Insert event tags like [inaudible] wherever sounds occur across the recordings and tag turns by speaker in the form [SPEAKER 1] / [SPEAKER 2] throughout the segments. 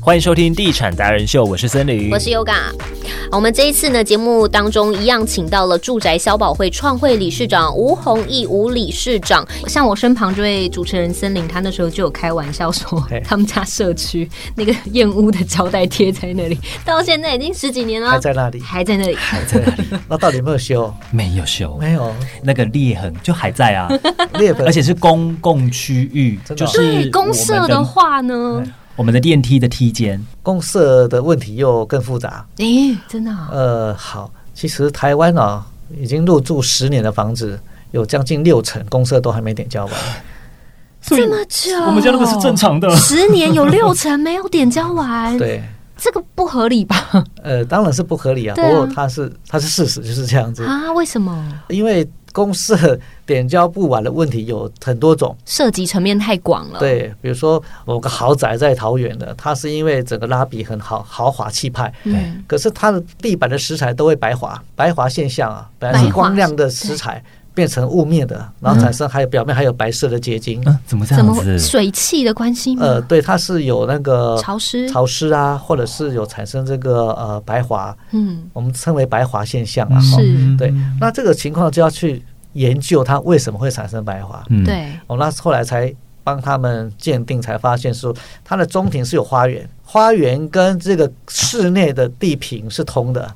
[SPEAKER 1] 欢迎收听《地产达人秀》，我是森林，
[SPEAKER 2] 我是 Yoga。我们这一次呢，节目当中一样请到了住宅消保会创会理事长吴宏毅吴理事长。像我身旁这位主持人森林，他那时候就有开玩笑说
[SPEAKER 1] 嘿，
[SPEAKER 2] 他们家社区那个燕屋的胶带贴在那里， [laughs] 到现在已经十几年了，
[SPEAKER 3] 还在那里，
[SPEAKER 2] 还在那里。
[SPEAKER 1] 还在哪里？
[SPEAKER 3] 啊 [laughs] 那到底有没有修？
[SPEAKER 1] 没有修，
[SPEAKER 3] 没有，
[SPEAKER 1] 那个裂痕就还在
[SPEAKER 2] [laughs]
[SPEAKER 1] 啊，
[SPEAKER 3] 裂 [laughs] 痕，
[SPEAKER 1] 而且是公共区域，
[SPEAKER 3] 真
[SPEAKER 1] 就
[SPEAKER 3] 的哦
[SPEAKER 1] 是
[SPEAKER 2] 对公社的
[SPEAKER 1] 话，
[SPEAKER 2] 话呢，
[SPEAKER 1] 我们的电梯的梯间，
[SPEAKER 3] 公社的问题又更复杂。
[SPEAKER 2] 诶、真的啊、
[SPEAKER 3] 呃，好，其实台湾啊，已经入住十年的房子，有将近六成公社都还没点交完。
[SPEAKER 2] 这么久，
[SPEAKER 1] 我们家那个是正常的
[SPEAKER 2] 十年有六成没有点交 [laughs] 完，
[SPEAKER 3] 对，
[SPEAKER 2] 这个不合理吧？
[SPEAKER 3] 呃，当然是不合理啊，
[SPEAKER 2] 对啊
[SPEAKER 3] 不过它是它是事实，就是这样子。
[SPEAKER 2] 啊，为什么？
[SPEAKER 3] 因为公社点交不完的问题有很多种，
[SPEAKER 2] 涉及层面太广了，，
[SPEAKER 3] 对，比如说某个豪宅在桃园的，它是因为整个拉比很好，豪华气派，
[SPEAKER 2] 嗯，
[SPEAKER 3] 可是它的地板的石材都会白滑，白滑现象啊，本来
[SPEAKER 2] 白
[SPEAKER 3] 是
[SPEAKER 2] 滑
[SPEAKER 3] 光亮的石材变成雾面的，然后产生还有表面还有白色的结晶。
[SPEAKER 1] 嗯，怎么这
[SPEAKER 2] 怎
[SPEAKER 1] 样
[SPEAKER 2] 么会
[SPEAKER 1] 子？
[SPEAKER 2] 水汽的关系吗？
[SPEAKER 3] 呃，对，它是有那个
[SPEAKER 2] 潮湿，
[SPEAKER 3] 潮湿啊，或者是有产生这个呃白滑，
[SPEAKER 2] 嗯，
[SPEAKER 3] 我们称为白滑现象啊。
[SPEAKER 2] 是
[SPEAKER 3] 哦
[SPEAKER 1] 嗯
[SPEAKER 3] 对，那这个情况就要去研究它为什么会产生白滑。
[SPEAKER 1] 嗯，
[SPEAKER 2] 对，
[SPEAKER 3] 哦，那后来才帮他们鉴定，才发现说它的中庭是有花园，花园跟这个室内的地坪是通的。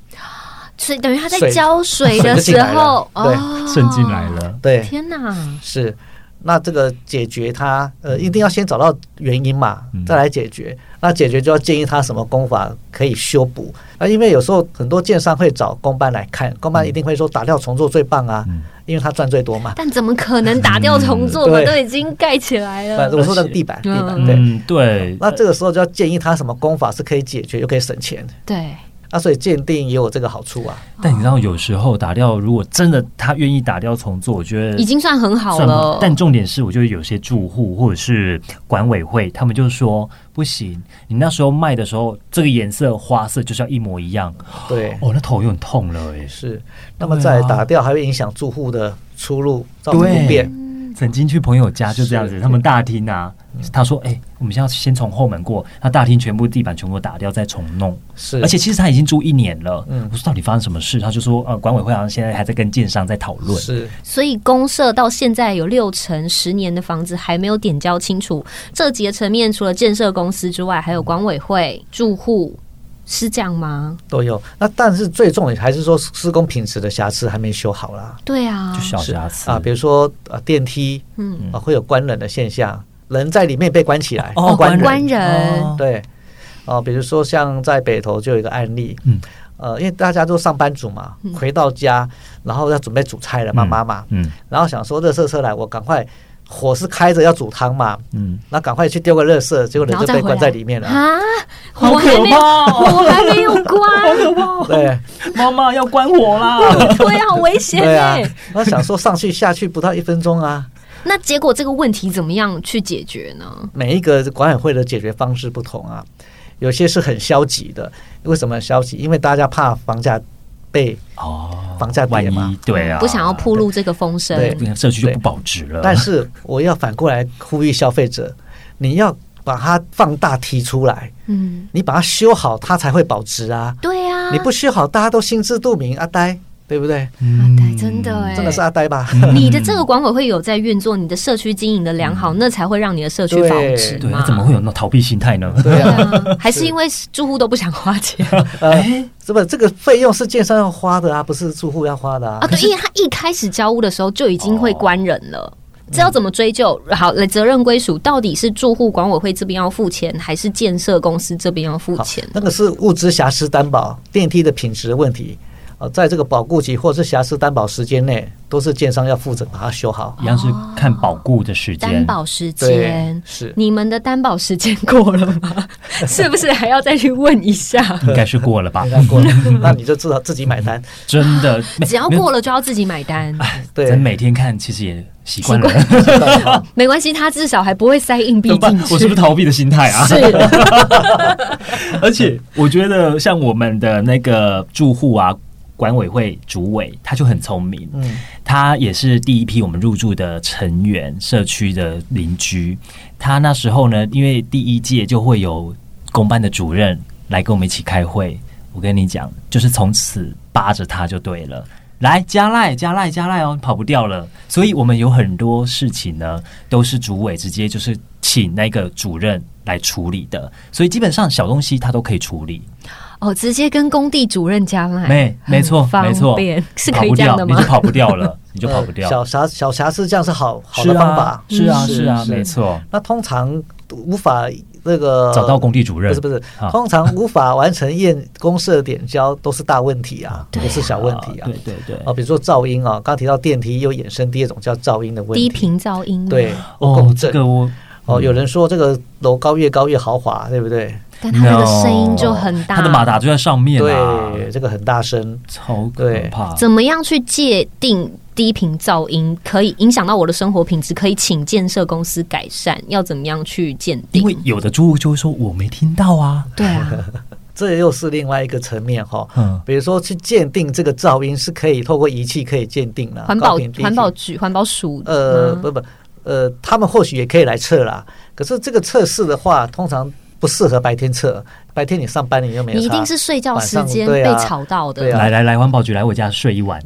[SPEAKER 2] 所以等于他在
[SPEAKER 3] 水
[SPEAKER 2] 浇水的
[SPEAKER 3] 水就进
[SPEAKER 2] 时
[SPEAKER 3] 来
[SPEAKER 2] 候
[SPEAKER 3] 了，对
[SPEAKER 2] 哦，
[SPEAKER 1] 渗进来。了，
[SPEAKER 3] 对，
[SPEAKER 2] 天哪，
[SPEAKER 3] 是，那这个解决它，呃，一定要先找到原因嘛
[SPEAKER 1] 嗯，
[SPEAKER 3] 再来解决。那解决就要建议他什么工法可以修补。那因为有时候很多建商会找公办来看，公办一定会说打掉重做最棒啊，
[SPEAKER 1] 嗯
[SPEAKER 3] 因为他赚最多嘛。
[SPEAKER 2] 但怎么可能打掉重做嘛？
[SPEAKER 3] 嗯对
[SPEAKER 2] 都已经盖起来
[SPEAKER 3] 反
[SPEAKER 2] 了。
[SPEAKER 3] 正我说那个地板，地板对。
[SPEAKER 1] 嗯，对，
[SPEAKER 3] 那这个时候就要建议他什么工法是可以解决又可以省钱。
[SPEAKER 2] 对，
[SPEAKER 3] 那所以鉴定也有这个好处啊。
[SPEAKER 1] 但你知道，有时候打掉，如果真的他愿意打掉重做，我觉得
[SPEAKER 2] 已经算很好
[SPEAKER 1] 算
[SPEAKER 2] 了。
[SPEAKER 1] 但重点是，我觉得有些住户或者是管委会，他们就说不行，你那时候卖的时候，这个颜色花色就是要一模一样。
[SPEAKER 3] 对，
[SPEAKER 1] 哦，那头又很痛了哎、
[SPEAKER 3] 是。那么再来
[SPEAKER 1] 对啊
[SPEAKER 3] 打掉还会影响住户的出入，造成
[SPEAKER 1] 对啊
[SPEAKER 3] 不便。
[SPEAKER 1] 曾经去朋友家就这样子，
[SPEAKER 3] 嗯是嗯
[SPEAKER 1] 他们大厅啊，他说：“哎、我们现在先从后门过，他大厅全部地板全部打掉，再重弄。
[SPEAKER 3] 是，
[SPEAKER 1] 而且其实他已经住一年了。
[SPEAKER 3] 嗯
[SPEAKER 1] 我说到底发生什么事？他就说：呃，管委会好像现在还在跟建商在讨论。
[SPEAKER 3] 是
[SPEAKER 2] 所以公社到现在有六成十年的房子还没有点交清楚，这几个层面除了建设公司之外，还有管委会、住户，是这样吗？
[SPEAKER 3] 都有。那但是最重点还是说施工品质的瑕疵还没修好啦，
[SPEAKER 2] 对啊
[SPEAKER 1] 就，小瑕疵
[SPEAKER 3] 啊，比如说呃电梯
[SPEAKER 2] 嗯，
[SPEAKER 3] 啊会有关人的现象，人在里面被关起来，
[SPEAKER 1] 哦
[SPEAKER 3] 关
[SPEAKER 1] 人
[SPEAKER 2] 官人，
[SPEAKER 1] 哦
[SPEAKER 3] 对，哦、比如说像在北投就有一个案例，
[SPEAKER 1] 嗯，
[SPEAKER 3] 呃，因为大家都上班族嘛，
[SPEAKER 2] 嗯
[SPEAKER 3] 回到家然后要准备煮菜了嘛，
[SPEAKER 1] 嗯
[SPEAKER 3] 妈妈，
[SPEAKER 1] 嗯
[SPEAKER 3] 然后想说热色车来，我赶快火是开着要煮汤嘛，
[SPEAKER 1] 嗯，
[SPEAKER 3] 那赶快去丢个热色，结果人
[SPEAKER 2] 然后
[SPEAKER 3] 就
[SPEAKER 2] 再
[SPEAKER 3] 被
[SPEAKER 2] 回
[SPEAKER 3] 关在
[SPEAKER 2] 来
[SPEAKER 3] 里面了，
[SPEAKER 2] 啊，
[SPEAKER 1] 好
[SPEAKER 2] 我还
[SPEAKER 1] 可
[SPEAKER 2] 没有，
[SPEAKER 1] 怕哦！
[SPEAKER 2] 我还没有关，
[SPEAKER 1] [laughs]
[SPEAKER 2] [laughs]
[SPEAKER 3] 对。
[SPEAKER 1] 妈妈要关我
[SPEAKER 3] [laughs]
[SPEAKER 1] 啦！
[SPEAKER 2] 哦对啊，好危险
[SPEAKER 3] 对啊
[SPEAKER 2] 哎、，
[SPEAKER 3] 那想说上去下去不到一分钟啊。
[SPEAKER 2] 那结果这个问题怎么样去解决呢？
[SPEAKER 3] 每一个管委会的解决方式不同啊，有些是很消极的。为什么很消极？因为大家怕房价被
[SPEAKER 1] 哦，
[SPEAKER 3] 房价
[SPEAKER 1] 万
[SPEAKER 3] 跌嘛
[SPEAKER 1] 一。对啊，
[SPEAKER 2] 不想要铺路这个风声，
[SPEAKER 3] 对
[SPEAKER 1] 对，社区就不保值了。
[SPEAKER 3] 但是我要反过来呼吁消费者，你要把它放大提出来，
[SPEAKER 2] 嗯，
[SPEAKER 3] 你把它修好，它才会保值啊。
[SPEAKER 2] 对啊，
[SPEAKER 3] 你不修好，大家都心知肚明，阿呆，对不对？
[SPEAKER 1] 嗯
[SPEAKER 2] 啊对真的哎
[SPEAKER 3] 真的是阿呆吧？
[SPEAKER 2] 你的这个管委会有在运作，你的社区经营的良好，那才会让你的社区保值
[SPEAKER 1] 嗯对，啊
[SPEAKER 2] 嘛
[SPEAKER 1] 那？怎么会有那种逃避心态呢？
[SPEAKER 3] 对
[SPEAKER 2] 对
[SPEAKER 3] 啊，
[SPEAKER 2] 啊，还是因为住户都不想花钱
[SPEAKER 3] 呃，是不是这个费用是建商要花的啊，不是住户要花的啊
[SPEAKER 2] 啊？？对，因为他一开始交屋的时候就已经会关人
[SPEAKER 1] 哦
[SPEAKER 2] 了。这要怎么追究？好，来责任归属到底是住户管委会这边要付钱，还是建设公司这边要付
[SPEAKER 3] 好
[SPEAKER 2] 钱？
[SPEAKER 3] 那个是物资瑕疵担保，电梯的品质的问题。呃，在这个保固期或是瑕疵担保时间内，都是建商要负责把它修
[SPEAKER 1] [laughs]
[SPEAKER 3] 好。
[SPEAKER 1] 一样是看保固的时间
[SPEAKER 2] 担，保时
[SPEAKER 3] 对
[SPEAKER 2] 间，，
[SPEAKER 3] 是
[SPEAKER 2] 你们的担保时间过了
[SPEAKER 1] [laughs]
[SPEAKER 2] 吗？是不是还要再去问一下？
[SPEAKER 1] 应该是过了吧
[SPEAKER 3] 没？看过了，那你就知道自己买单。
[SPEAKER 1] [laughs] 真的，没
[SPEAKER 2] [laughs] 只要
[SPEAKER 1] 没有
[SPEAKER 2] 过了就要自己买单，
[SPEAKER 3] 对
[SPEAKER 1] 咱，每天看，其实也习惯了。 [laughs]
[SPEAKER 2] 没关系，他至少还不会塞硬币
[SPEAKER 1] 怎么办
[SPEAKER 2] 进？去。
[SPEAKER 1] 我是不
[SPEAKER 2] [laughs]
[SPEAKER 1] 是逃避的心态啊？ [laughs]
[SPEAKER 2] 是
[SPEAKER 1] 而且我觉得，像我们的那个住户啊，管委会主委，他就很聪明，
[SPEAKER 3] 嗯，
[SPEAKER 1] 他也是第一批我们入住的成员，社区的邻居。他那时候呢，因为第一届就会有公办的主任来跟我们一起开会。我跟你讲，就是从此扒着他就对了。来加赖加赖加赖哦，跑不掉了。所以我们有很多事情呢，都是主委直接就是请那个主任来处理的。所以基本上小东西他都可以处理。
[SPEAKER 2] 哦，直接跟工地主任加赖，
[SPEAKER 1] 没没错
[SPEAKER 2] 哎很方
[SPEAKER 1] 没错
[SPEAKER 2] 便，是
[SPEAKER 1] 跑
[SPEAKER 2] 可以
[SPEAKER 1] 不
[SPEAKER 2] 这样
[SPEAKER 1] 掉，
[SPEAKER 2] 的
[SPEAKER 1] 你
[SPEAKER 2] 吗
[SPEAKER 1] 就？跑不掉了，你就跑不掉。
[SPEAKER 3] 哎小瑕小瑕疵这样是好好
[SPEAKER 1] 是
[SPEAKER 3] 的
[SPEAKER 1] 啊，
[SPEAKER 3] 方法，
[SPEAKER 1] 是啊，
[SPEAKER 3] 是
[SPEAKER 1] 是啊，
[SPEAKER 3] 是
[SPEAKER 1] 没错。
[SPEAKER 3] 那通常无法那个
[SPEAKER 1] 找到工地主
[SPEAKER 3] 不
[SPEAKER 1] 任
[SPEAKER 3] 是不是
[SPEAKER 1] 啊，
[SPEAKER 3] 通常无法完成验公社点交都是大问题啊，不是小问题啊。
[SPEAKER 1] 对对对，
[SPEAKER 3] 哦，比如说噪音啊，刚提到电梯又衍生第二种叫噪音的问
[SPEAKER 2] 低
[SPEAKER 3] 题，
[SPEAKER 2] 频噪音，
[SPEAKER 3] 对，不
[SPEAKER 1] 哦
[SPEAKER 3] 共，
[SPEAKER 1] 这
[SPEAKER 3] 振。
[SPEAKER 1] 个我
[SPEAKER 3] 哦，有人说这个楼高越高越豪华，对不对？
[SPEAKER 2] 但他的
[SPEAKER 1] No
[SPEAKER 2] 声音就很大。
[SPEAKER 1] 他的马达就在上面啊，
[SPEAKER 3] 对，这个很大声。
[SPEAKER 1] 超可怕。
[SPEAKER 2] 怎么样去界定低频噪音可以影响到我的生活品质？可以请建设公司改善，要怎么样去鉴
[SPEAKER 1] 因为
[SPEAKER 2] 定？
[SPEAKER 1] 有的住户就会说我没听到啊，
[SPEAKER 2] 对
[SPEAKER 3] [laughs]
[SPEAKER 2] 啊，
[SPEAKER 3] 这又是另外一个层面哈、
[SPEAKER 1] 嗯，
[SPEAKER 3] 比如说去鉴定这个噪音是可以透过仪器可以鉴定的、
[SPEAKER 2] 环保
[SPEAKER 3] 高频低频
[SPEAKER 2] 环保嗯局环保署
[SPEAKER 3] 呃
[SPEAKER 2] 吗
[SPEAKER 3] 不不呃，他们或许也可以来测啦。可是这个测试的话，通常不适合白天测，白天你上班你又没有
[SPEAKER 2] 你
[SPEAKER 3] 差，
[SPEAKER 2] 一定是睡觉时
[SPEAKER 3] 晚
[SPEAKER 2] 间
[SPEAKER 3] 上对
[SPEAKER 2] 被
[SPEAKER 3] 啊
[SPEAKER 2] 吵到的
[SPEAKER 3] 对。啊
[SPEAKER 1] 来来来，环保局来我家睡一晚，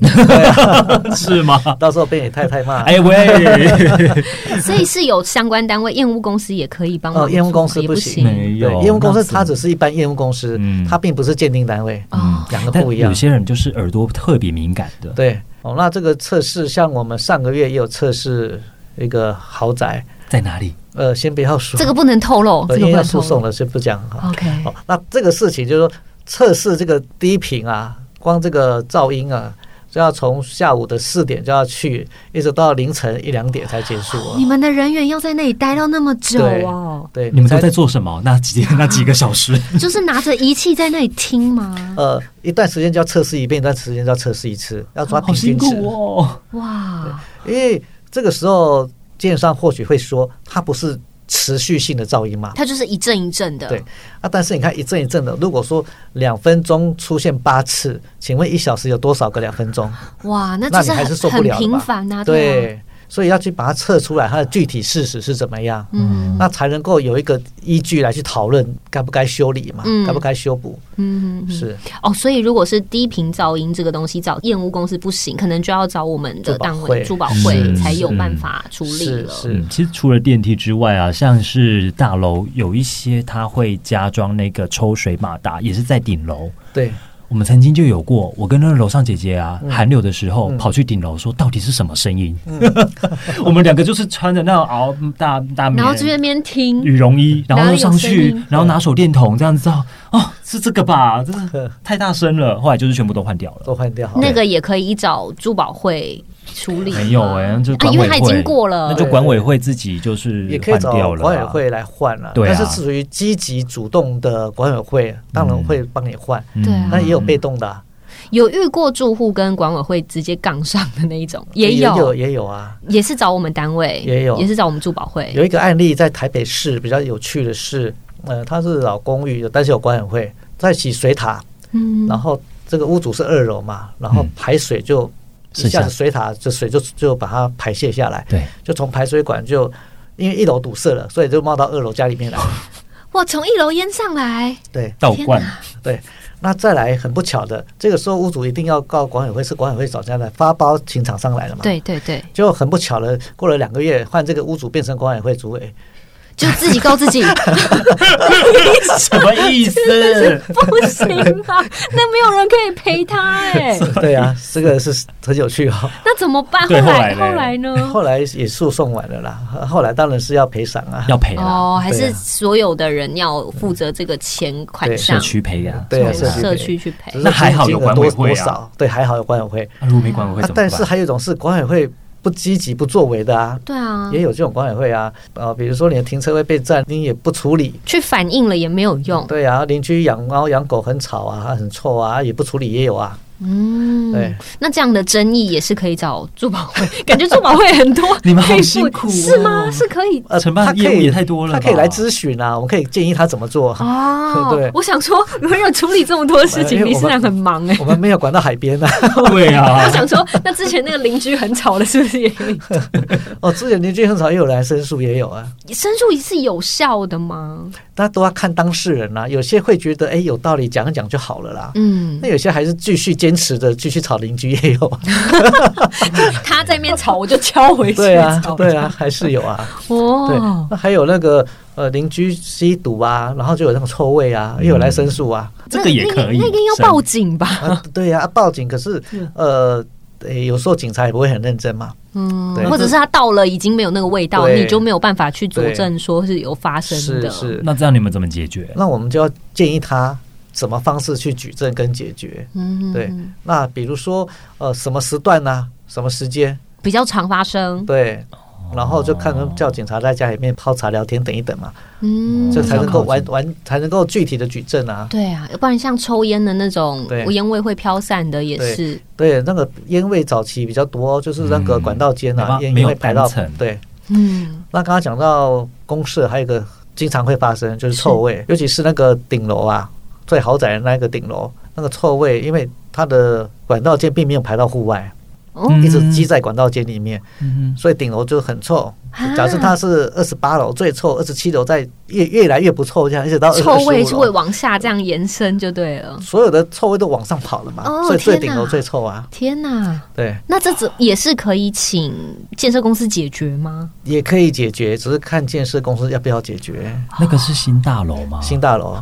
[SPEAKER 1] [laughs] 是吗？
[SPEAKER 3] 到时候被你太太骂。
[SPEAKER 1] 啊哎喂，
[SPEAKER 2] 所以是有相关单位，验屋公司也可以帮忙
[SPEAKER 3] 哦
[SPEAKER 2] 做。
[SPEAKER 3] 验屋公司
[SPEAKER 2] 也
[SPEAKER 3] 不
[SPEAKER 2] 行
[SPEAKER 3] 行
[SPEAKER 1] 没有
[SPEAKER 3] 对，业务公司它
[SPEAKER 1] 那是
[SPEAKER 3] 只是一般业务公司
[SPEAKER 1] 嗯，
[SPEAKER 3] 它并不是鉴定单位，
[SPEAKER 2] 哦，
[SPEAKER 3] [laughs] 两个
[SPEAKER 1] 但
[SPEAKER 3] 不一样
[SPEAKER 1] 有。些人就是耳朵特别敏感的，
[SPEAKER 3] 对，哦，那这个测试，像我们上个月也有测试一个豪宅，
[SPEAKER 1] 在哪里？
[SPEAKER 3] 呃，先不要说
[SPEAKER 2] 这个不能透露，
[SPEAKER 3] 对
[SPEAKER 2] 这
[SPEAKER 3] 因
[SPEAKER 2] 个不
[SPEAKER 3] 为要
[SPEAKER 2] 能
[SPEAKER 3] 诉
[SPEAKER 2] 透
[SPEAKER 3] 讼
[SPEAKER 2] 露。
[SPEAKER 3] 了，就不讲哈。
[SPEAKER 2] OK，
[SPEAKER 3] 哦，那这个事情就是说测试这个低频啊，光这个噪音啊，就要从下午的四点就要去，一直到凌晨一两点才结束啊
[SPEAKER 2] 你。们的人员要在那里待到那么久哦，
[SPEAKER 3] 对，
[SPEAKER 1] 你们都
[SPEAKER 3] 才
[SPEAKER 1] 在做什么？那几 [laughs] 那几个小时？
[SPEAKER 2] 就是拿着仪器在那里听吗？
[SPEAKER 3] 呃一段时间就要测试一遍，一段时间就要测试一次，要抓
[SPEAKER 1] 好
[SPEAKER 3] 平
[SPEAKER 1] 辛
[SPEAKER 3] 均值。
[SPEAKER 1] 苦哦。
[SPEAKER 2] 哇，
[SPEAKER 3] 因为这个时候建商或许会说，它不是持续性的噪音嘛。
[SPEAKER 2] 它就是一阵一阵的。
[SPEAKER 3] 对啊，但是你看一阵一阵的，如果说两分钟出现八次，请问一小时有多少个两分钟？
[SPEAKER 2] 哇，那
[SPEAKER 3] 那
[SPEAKER 2] 就
[SPEAKER 3] 你还是受
[SPEAKER 2] 很很
[SPEAKER 3] 不了了
[SPEAKER 2] 频
[SPEAKER 3] 吧
[SPEAKER 2] 繁啊，啊，
[SPEAKER 3] 对，所以要去把它测出来，它的具体事实是怎么样，
[SPEAKER 2] 嗯
[SPEAKER 3] 那才能够有一个依据来去讨论该不该修理嘛，
[SPEAKER 2] 嗯
[SPEAKER 3] 该不该修补。
[SPEAKER 2] 嗯嗯，嗯
[SPEAKER 3] 是，
[SPEAKER 2] 哦，所以如果是低频噪音这个东西，找验屋公司不行，可能就要找我们的单位珠
[SPEAKER 3] 珠
[SPEAKER 2] 宝
[SPEAKER 1] 会
[SPEAKER 2] 会
[SPEAKER 1] 是
[SPEAKER 2] 才有
[SPEAKER 1] 是
[SPEAKER 2] 办法处理
[SPEAKER 3] 是
[SPEAKER 2] 了。
[SPEAKER 3] 是
[SPEAKER 1] 嗯，其实除了电梯之外啊，像是大楼有一些它会加装那个抽水马达，也是在顶楼。
[SPEAKER 3] 对，
[SPEAKER 1] 我们曾经就有过，我跟那个楼上姐姐啊，寒流的时候、
[SPEAKER 3] 嗯
[SPEAKER 1] 跑去顶楼说，到底是什么声音？ [laughs] 我们两个就是穿着那种袄嗯大大棉
[SPEAKER 2] 然后这边边听，
[SPEAKER 3] 嗯
[SPEAKER 1] 羽绒衣，然后就上
[SPEAKER 2] 嗯哪里有
[SPEAKER 1] 去
[SPEAKER 2] 声音，
[SPEAKER 1] 然后拿手电筒这样子啊，哦，是这个吧？真
[SPEAKER 2] [laughs]
[SPEAKER 1] 的太大声了，后来就是全部都换掉了。
[SPEAKER 3] 都换掉好了。
[SPEAKER 2] 那个也可以找珠宝会处理吗。
[SPEAKER 1] 没有哎、那就
[SPEAKER 2] 啊，
[SPEAKER 1] 管
[SPEAKER 2] 因
[SPEAKER 1] 委
[SPEAKER 2] 为
[SPEAKER 1] 会，
[SPEAKER 2] 它已经过了
[SPEAKER 1] 那，就管委会自己就是
[SPEAKER 3] 也可以
[SPEAKER 1] 换
[SPEAKER 3] 找
[SPEAKER 1] 掉了啊。
[SPEAKER 3] 管委会来换了、
[SPEAKER 1] 对啊
[SPEAKER 3] 但是是属于积极主动的管委会，当然会帮你换。
[SPEAKER 1] 嗯，
[SPEAKER 2] 对啊
[SPEAKER 3] 那也有被动的啊、
[SPEAKER 2] 有遇过住户跟管委会直接杠上的那一种，也
[SPEAKER 3] [laughs] 也有
[SPEAKER 2] 有，
[SPEAKER 3] 也有啊。
[SPEAKER 2] 也是找我们单位，
[SPEAKER 3] 也有
[SPEAKER 2] 也是找我们珠宝会。
[SPEAKER 3] 有一个案例在台北市比较有趣的是，呃，它是老公寓，但是有管委会，在洗水塔，
[SPEAKER 2] 嗯
[SPEAKER 3] 然后这个屋主是二楼嘛，然后
[SPEAKER 1] 嗯
[SPEAKER 3] 排水就
[SPEAKER 1] 是
[SPEAKER 3] 一下
[SPEAKER 1] 下
[SPEAKER 3] 子水塔这水就就把它排泄下来，
[SPEAKER 1] 对，
[SPEAKER 3] 就从排水管就因为一楼堵塞了，所以就冒到二楼家里面来。
[SPEAKER 2] 哇，从一楼淹上来，
[SPEAKER 3] [laughs] 对，
[SPEAKER 1] 倒灌
[SPEAKER 2] 天哪
[SPEAKER 3] 对，那再来很不巧的，这个时候屋主一定要告管委会，是管委会找人家来发包请厂商来了嘛？，
[SPEAKER 2] 对对对，
[SPEAKER 3] 就很不巧的，过了两个月，换这个屋主变成管委会主委，
[SPEAKER 2] 就自己告自己，
[SPEAKER 1] [laughs] 什么意
[SPEAKER 2] [laughs]
[SPEAKER 1] 思？ [laughs]
[SPEAKER 2] 不行啊，那没有人可以陪他哎、
[SPEAKER 3] 对啊， [laughs] 这个是很有趣哦。
[SPEAKER 2] 那怎么办？后
[SPEAKER 1] 对
[SPEAKER 2] 来
[SPEAKER 1] 后来嘞
[SPEAKER 2] 呢？
[SPEAKER 3] 后来也诉讼完了啦，后来当然是要赔偿啊，
[SPEAKER 1] 要赔啦，
[SPEAKER 2] 哦，还
[SPEAKER 3] 对
[SPEAKER 2] 是
[SPEAKER 3] 啊
[SPEAKER 2] 所有的人要负责这个钱款
[SPEAKER 3] 对
[SPEAKER 2] 项
[SPEAKER 1] 社，区赔啊。
[SPEAKER 3] 对啊，
[SPEAKER 2] 从社
[SPEAKER 3] 社
[SPEAKER 2] 区
[SPEAKER 3] 区
[SPEAKER 2] 去赔
[SPEAKER 3] 赔只。是
[SPEAKER 1] 那还好有管委会啊
[SPEAKER 3] 金额多多少？对，还好有管委会。
[SPEAKER 1] 那如果没管委会
[SPEAKER 3] 啊
[SPEAKER 1] 怎么办？，
[SPEAKER 3] 但是还有一种是管委会不积极不作为的啊，
[SPEAKER 2] 对啊
[SPEAKER 3] 也，有这种管委会啊，呃，比如说你的停车位被占，你也不处理，
[SPEAKER 2] 去反映了也没有用。
[SPEAKER 3] 对啊，邻居养猫养狗很吵啊，很臭啊，也不处理也有啊，
[SPEAKER 2] 嗯，
[SPEAKER 3] 对，
[SPEAKER 2] 那这样的争议也是可以找珠宝会，感觉珠宝会很多
[SPEAKER 1] 你们好
[SPEAKER 2] 可以
[SPEAKER 1] 辛
[SPEAKER 2] 不
[SPEAKER 1] 苦哦
[SPEAKER 2] 是吗？是可以
[SPEAKER 3] 呃，
[SPEAKER 1] 承办
[SPEAKER 3] 他可
[SPEAKER 1] 业务
[SPEAKER 3] 以
[SPEAKER 1] 也太多了
[SPEAKER 3] 他可以来
[SPEAKER 1] 吧
[SPEAKER 3] 咨询啊，我们可以建议他怎么做。啊
[SPEAKER 2] 哦。
[SPEAKER 3] 对
[SPEAKER 2] 我想说，如果有处理这么多事
[SPEAKER 3] 因
[SPEAKER 2] 情，
[SPEAKER 3] 为
[SPEAKER 2] 你
[SPEAKER 3] 我
[SPEAKER 2] 现
[SPEAKER 3] 们
[SPEAKER 2] 在很忙哎、
[SPEAKER 3] 我们没有管到海边啊。 [laughs]
[SPEAKER 1] 对啊
[SPEAKER 2] [laughs] 我，想说，那之前那个邻居很吵的，是不是也可以？
[SPEAKER 3] 哦，之前邻居很少也有来申诉，也有啊。
[SPEAKER 2] 申诉是有效的吗？
[SPEAKER 3] 那都要看当事人啦、有些会觉得，哎，有道理讲一讲就好了啦。
[SPEAKER 2] 嗯
[SPEAKER 3] 那，有些还是继续坚持着继续吵邻居也
[SPEAKER 2] [laughs]
[SPEAKER 3] 有， [laughs]
[SPEAKER 2] 他在那边吵，我就敲回去。
[SPEAKER 3] 对啊
[SPEAKER 2] 吵，
[SPEAKER 3] 对啊，，还是有啊。
[SPEAKER 2] [laughs]
[SPEAKER 3] 对
[SPEAKER 2] 哦，，
[SPEAKER 3] 那还有那个呃邻居吸毒啊，然后就有那种臭味
[SPEAKER 2] 嗯
[SPEAKER 3] 啊，也有来申诉啊。
[SPEAKER 1] 这个也可以
[SPEAKER 2] 那那个要
[SPEAKER 1] 申
[SPEAKER 2] 报警吧？ [laughs]
[SPEAKER 3] 啊，对呀、啊，报警可是呃。诶有时候警察也不会很认真嘛，
[SPEAKER 2] 嗯
[SPEAKER 3] 对，
[SPEAKER 2] 或者是他到了已经没有那个味道，
[SPEAKER 3] 对
[SPEAKER 2] 你就没有办法去佐证说是有发生
[SPEAKER 3] 是
[SPEAKER 2] 的。
[SPEAKER 3] 是，
[SPEAKER 1] 那这样你们怎么解决？
[SPEAKER 3] 那我们就要建议他什么方式去举证跟解决。
[SPEAKER 2] 嗯，
[SPEAKER 3] 对，那比如说呃什么时段呢、什么时间？
[SPEAKER 2] 比较常发生。
[SPEAKER 3] 对，然后就看
[SPEAKER 1] 哦
[SPEAKER 3] 能叫警察在家里面泡茶聊天，等一等嘛，
[SPEAKER 2] 嗯，
[SPEAKER 3] 这才能够
[SPEAKER 1] 靠
[SPEAKER 3] 完
[SPEAKER 1] 近
[SPEAKER 3] 完才能够具体的举证啊。
[SPEAKER 2] 对啊，要不然像抽烟的那种
[SPEAKER 3] 对
[SPEAKER 2] 烟味会飘散的也是。
[SPEAKER 3] 对，那个烟味早期比较多，就是那个
[SPEAKER 1] 嗯
[SPEAKER 3] 管道间
[SPEAKER 1] 没办
[SPEAKER 3] 啊，
[SPEAKER 1] 法
[SPEAKER 3] 烟
[SPEAKER 1] 没
[SPEAKER 3] 烟
[SPEAKER 1] 有
[SPEAKER 3] 会排到
[SPEAKER 1] 单层
[SPEAKER 3] 对。
[SPEAKER 2] 嗯，
[SPEAKER 3] 那刚刚讲到公社，还有一个经常会发生就是臭味，尤其是那个顶楼啊，最豪宅的那个顶楼，那个臭味，因为它的管道间并没有排到户外，
[SPEAKER 2] 哦，
[SPEAKER 1] 嗯
[SPEAKER 3] 一直积在管道间里面，
[SPEAKER 1] 嗯
[SPEAKER 3] 所以顶楼就很臭
[SPEAKER 2] 啊。
[SPEAKER 3] 假设它是二十八楼最臭，二十七楼在越越来越不臭，这样一直到25
[SPEAKER 2] 臭味是会
[SPEAKER 3] 楼
[SPEAKER 2] 往下这样延伸就对了。
[SPEAKER 3] 所有的臭味都往上跑了嘛，
[SPEAKER 2] 哦
[SPEAKER 3] 所以最
[SPEAKER 2] 天
[SPEAKER 3] 顶
[SPEAKER 2] 哪
[SPEAKER 3] 楼最臭啊。
[SPEAKER 2] 天哪，
[SPEAKER 3] 对，
[SPEAKER 2] 那这只也是可以请建设公司解决吗？
[SPEAKER 3] 也可以解决，只是看建设公司要不要解决
[SPEAKER 1] 那个是新大楼
[SPEAKER 2] 哦
[SPEAKER 1] 吗？
[SPEAKER 3] 新大楼。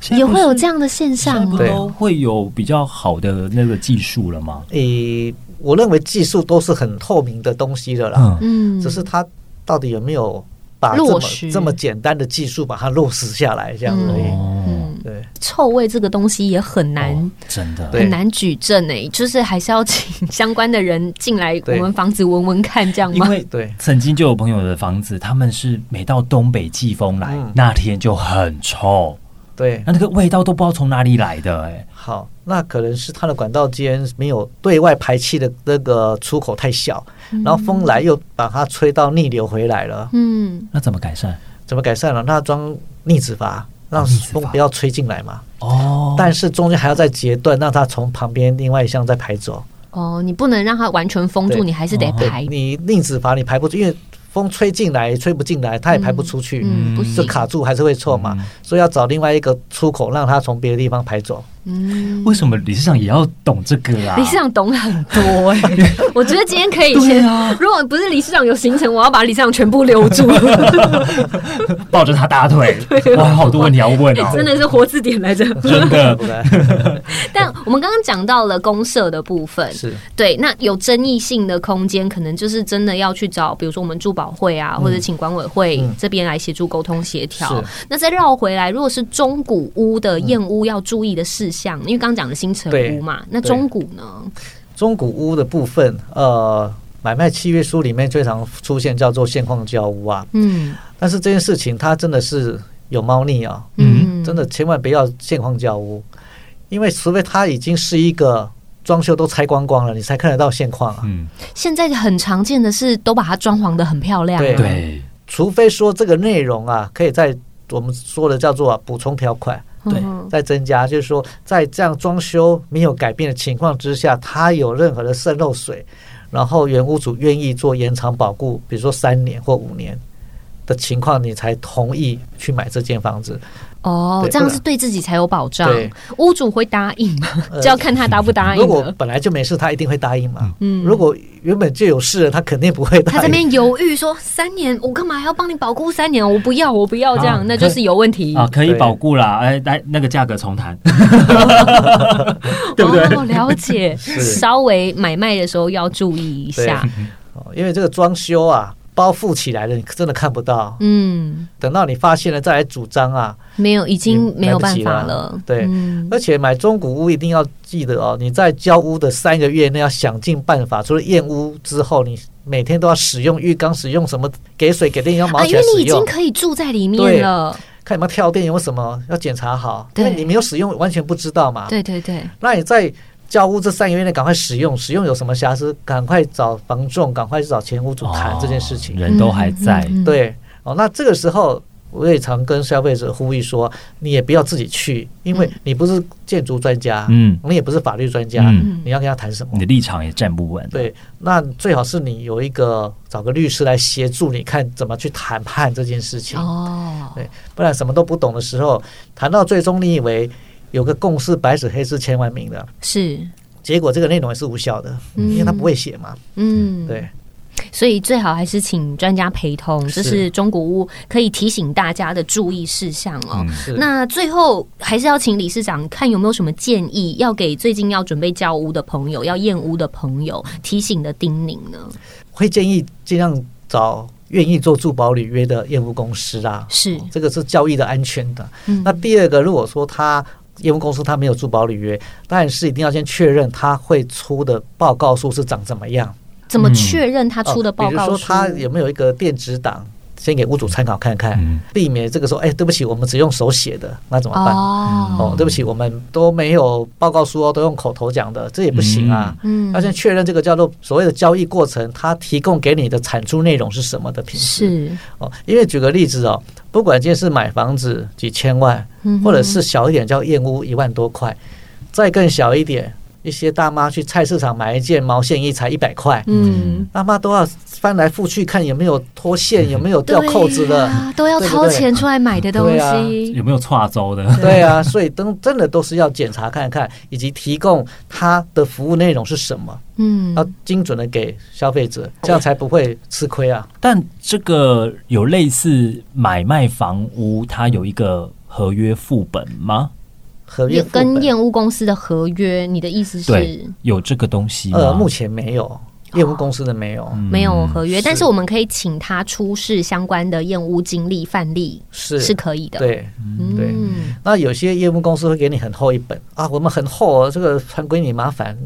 [SPEAKER 1] 现在
[SPEAKER 2] 也
[SPEAKER 1] 不
[SPEAKER 2] 会有
[SPEAKER 1] 是
[SPEAKER 2] 这样啊的现
[SPEAKER 1] 现在
[SPEAKER 2] 象
[SPEAKER 1] 不
[SPEAKER 2] 吗？
[SPEAKER 1] 都会有比较好的那个技术了吗？
[SPEAKER 3] 诶、我认为技术都是很透明的东西的啦，
[SPEAKER 1] 嗯，
[SPEAKER 2] 嗯，
[SPEAKER 3] 只是它到底有没有把这
[SPEAKER 2] 落
[SPEAKER 3] 么
[SPEAKER 2] 实
[SPEAKER 3] 这么简单的技术把它落实下来这样而已。
[SPEAKER 1] 哦，
[SPEAKER 2] 嗯，
[SPEAKER 3] 对，
[SPEAKER 2] 臭味这个东西也很难
[SPEAKER 1] 哦真的，
[SPEAKER 3] 对
[SPEAKER 2] 很难举证诶、就是还是要请相关的人进来我
[SPEAKER 3] 对
[SPEAKER 2] 们房子闻闻看，这样
[SPEAKER 1] 因
[SPEAKER 2] 吗？
[SPEAKER 1] 为
[SPEAKER 3] 对
[SPEAKER 1] 曾经就有朋友的房子，他们是每到东北季风来、
[SPEAKER 3] 嗯
[SPEAKER 1] 那天就很臭，
[SPEAKER 3] 对，
[SPEAKER 1] 那那个味道都不知道从哪里来的、哎，
[SPEAKER 3] 好，那可能是它的管道间没有对外排气的那个出口太小，然后风来又把它吹到逆流回来了，
[SPEAKER 2] 嗯，
[SPEAKER 1] 那怎么改善？
[SPEAKER 3] 怎么改善了？那装逆止阀，让
[SPEAKER 1] 逆止阀
[SPEAKER 3] 风不要吹进来嘛。
[SPEAKER 1] 哦，
[SPEAKER 3] 但是中间还要再截断，让它从旁边另外一项再排走。
[SPEAKER 2] 哦，你不能让它完全封住，
[SPEAKER 3] 对哦
[SPEAKER 2] 你还是得
[SPEAKER 3] 对
[SPEAKER 2] 哎排，
[SPEAKER 3] 你逆止阀你排不出，因为风吹进来也吹不进来，它也排不出去，
[SPEAKER 2] 嗯，
[SPEAKER 1] 嗯
[SPEAKER 2] 不
[SPEAKER 1] 是
[SPEAKER 3] 就
[SPEAKER 2] 行，
[SPEAKER 3] 卡住还是会臭嘛。所以要找另外一个出口，让它从别的地方排走。
[SPEAKER 2] 嗯。
[SPEAKER 1] 为什么理事长也要懂这个啊？
[SPEAKER 2] 理事长懂很多
[SPEAKER 3] [laughs]
[SPEAKER 2] 哎、
[SPEAKER 3] 啊
[SPEAKER 2] 我觉得今天可以
[SPEAKER 1] 对
[SPEAKER 2] 先，
[SPEAKER 1] 啊，
[SPEAKER 2] 如果不是理事长有行程，我要把理事长全部留
[SPEAKER 3] [laughs]
[SPEAKER 2] 住，
[SPEAKER 1] 抱着他大腿，我还好多问题要问哦，
[SPEAKER 2] 哎真的是活字典来着。
[SPEAKER 1] 真
[SPEAKER 3] [laughs]
[SPEAKER 1] 的
[SPEAKER 3] 对不对？
[SPEAKER 2] 但我们刚刚讲到了公社的部分，
[SPEAKER 3] 是
[SPEAKER 2] 对，那有争议性的空间，可能就是真的要去找，比如说我们珠宝会啊，或者请管委会
[SPEAKER 3] 嗯
[SPEAKER 2] 这边来协助沟通协调。
[SPEAKER 3] 是
[SPEAKER 2] 那再绕回来，如果是中古屋的验屋要注意的事项，因为刚刚讲的新城屋嘛，那中古呢？
[SPEAKER 3] 中古屋的部分，呃，买卖契约书里面最常出现叫做现况交屋啊，
[SPEAKER 2] 嗯
[SPEAKER 3] 但是这件事情它真的是有猫腻啊，
[SPEAKER 1] 嗯
[SPEAKER 3] 真的千万不要现况交屋，因为除非它已经是一个装修都拆光光了，你才看得到现况啊。
[SPEAKER 1] 嗯，
[SPEAKER 2] 现在很常见的是都把它装潢的很漂亮、
[SPEAKER 3] 对
[SPEAKER 1] 对
[SPEAKER 3] 除非说这个内容啊，可以在我们说的叫做、啊、补充条款
[SPEAKER 1] 对
[SPEAKER 2] 嗯
[SPEAKER 3] 再增加，就是说在这样装修没有改变的情况之下，它有任何的渗漏水，然后原屋主愿意做延长保固，比如说三年或五年的情况，你才同意去买这间房子。
[SPEAKER 2] 哦，
[SPEAKER 3] 对
[SPEAKER 2] 这样
[SPEAKER 3] 不
[SPEAKER 2] 是
[SPEAKER 3] 然
[SPEAKER 2] 对自己才有保障
[SPEAKER 3] 对。
[SPEAKER 2] 屋主会答应吗？
[SPEAKER 3] [laughs] 呃
[SPEAKER 2] 就要看他答不答
[SPEAKER 3] 如
[SPEAKER 2] 应
[SPEAKER 3] 果
[SPEAKER 2] 了。
[SPEAKER 3] 本来就没事，他一定会答应嘛。
[SPEAKER 2] 啊嗯
[SPEAKER 3] 如果原本就有事了，他肯定不会
[SPEAKER 2] 他
[SPEAKER 3] 答
[SPEAKER 2] 这
[SPEAKER 3] 应。
[SPEAKER 2] 边犹豫说三年，我干嘛还要帮你保护三年？我不要，我不要这样，
[SPEAKER 1] 啊
[SPEAKER 2] 那就是有问题
[SPEAKER 1] 啊，可以
[SPEAKER 3] 对
[SPEAKER 1] 保固啦，哎，来那个价格重谈，对不对？
[SPEAKER 2] 哦，了解，稍微买卖的时候要注意一下。
[SPEAKER 3] 哦因为这个装修啊，包覆起来了，你真的看不到。
[SPEAKER 2] 嗯，
[SPEAKER 3] 等到你发现了再来主张啊，
[SPEAKER 2] 没有，已经
[SPEAKER 3] 也
[SPEAKER 2] 没有办法
[SPEAKER 3] 来不及
[SPEAKER 2] 了
[SPEAKER 3] 了。对
[SPEAKER 2] 嗯
[SPEAKER 3] 而且买中古屋一定要记得哦，你在交屋的三个月内要想尽办法，除了验屋之后，你每天都要使用浴缸，使用什么给水给电要毛
[SPEAKER 2] 啊，因
[SPEAKER 3] 起
[SPEAKER 2] 为
[SPEAKER 3] 来使
[SPEAKER 2] 你已经
[SPEAKER 3] 用，
[SPEAKER 2] 可以住在里面了。
[SPEAKER 3] 看有没有跳电，有没有什么要检查好，
[SPEAKER 2] 对
[SPEAKER 3] 因为你没有使用完全不知道嘛。
[SPEAKER 2] 对对对，
[SPEAKER 3] 那你在交屋这三个月内赶快使用，使用有什么瑕疵，赶快找房仲，赶快去找前屋主谈这件事情。
[SPEAKER 1] 哦人都还在，
[SPEAKER 2] 嗯嗯嗯
[SPEAKER 3] 对，哦，那这个时候我也常跟消费者呼吁说，你也不要自己去，因
[SPEAKER 2] 嗯
[SPEAKER 3] 为你不是建筑专家，
[SPEAKER 1] 嗯
[SPEAKER 3] 你也不是法律专家，
[SPEAKER 1] 嗯
[SPEAKER 3] 你要跟他谈什么
[SPEAKER 1] 你？的立场也站不稳。，
[SPEAKER 3] 对，那最好是你有一个找个律师来协助你看怎么去谈判这件事情，
[SPEAKER 2] 哦，
[SPEAKER 3] 对，不然什么都不懂的时候，谈到最终你以为有个共识，白纸黑字签完名的，
[SPEAKER 2] 是，
[SPEAKER 3] 结果这个内容也是无效的，
[SPEAKER 2] 嗯
[SPEAKER 3] 因为他不会写嘛，
[SPEAKER 2] 嗯，
[SPEAKER 3] 对，
[SPEAKER 2] 所以最好还是请专家陪同，这
[SPEAKER 3] 是
[SPEAKER 2] 是中古屋可以提醒大家的注意事项哦。
[SPEAKER 1] 嗯，
[SPEAKER 3] 是。
[SPEAKER 2] 那最后还是要请理事长看有没有什么建议，要给最近要准备交屋的朋友、要验屋的朋友提醒的叮咛呢？
[SPEAKER 3] 会建议尽量找愿意做住保履约的业务公司啊，
[SPEAKER 2] 是，
[SPEAKER 3] 这个是交易的安全的。
[SPEAKER 2] 嗯
[SPEAKER 3] 那第二个，如果说他业务公司他没有住保履约，但是一定要先确认他会出的报告书是长怎么样，
[SPEAKER 2] 怎么确认他出的报
[SPEAKER 3] 呃比
[SPEAKER 2] 告
[SPEAKER 3] 如说
[SPEAKER 2] 书？
[SPEAKER 3] 他有没有一个电子档，先给屋主参考看看，
[SPEAKER 1] 嗯
[SPEAKER 3] 避免这个时候，哎，对不起，我们只用手写的，那怎么办？
[SPEAKER 2] 哦，
[SPEAKER 3] 哦，对不起，我们都没有报告书哦，都用口头讲的，这也不行啊。
[SPEAKER 2] 嗯
[SPEAKER 3] 要先确认这个叫做所谓的交易过程，它提供给你的产出内容是什么的品质
[SPEAKER 2] 是，
[SPEAKER 3] 哦。因为举个例子哦，不管今天是买房子几千万，
[SPEAKER 2] 嗯哼
[SPEAKER 3] 或者是小一点叫燕屋一万多块，再更小一点，一些大妈去菜市场买一件毛线衣才一百块，
[SPEAKER 2] 嗯，
[SPEAKER 3] 大妈都要翻来覆去看有没有脱线，有没有掉扣子
[SPEAKER 2] 对
[SPEAKER 3] 的。
[SPEAKER 2] 呀都要
[SPEAKER 3] 对不
[SPEAKER 2] 掏
[SPEAKER 3] 对
[SPEAKER 2] 钱出来买的东
[SPEAKER 3] 对啊
[SPEAKER 2] 西，
[SPEAKER 1] 有没有跨州的？
[SPEAKER 3] 对啊，所以都真的都是要检查看看，以及提供它的服务内容是什么，
[SPEAKER 2] 嗯
[SPEAKER 3] 要精准的给消费者，这样才不会吃亏啊。
[SPEAKER 1] 但这个有类似买卖房屋，它有一个合约副本吗？
[SPEAKER 3] 合约
[SPEAKER 2] 也
[SPEAKER 3] 副本
[SPEAKER 2] 跟验屋公司的合约，你的意思
[SPEAKER 1] 对
[SPEAKER 2] 是，
[SPEAKER 1] 有这个东西吗？
[SPEAKER 3] 呃，目前没有，业务公司的没有，
[SPEAKER 1] 嗯
[SPEAKER 2] 没有合约，
[SPEAKER 3] 是
[SPEAKER 2] 但是我们可以请他出示相关的验屋经历范例
[SPEAKER 3] 是
[SPEAKER 2] 是可以的。
[SPEAKER 3] 对。
[SPEAKER 2] 嗯，
[SPEAKER 3] 对那有些业务公司会给你很厚一本啊，我们很厚哦，这个很归你麻烦。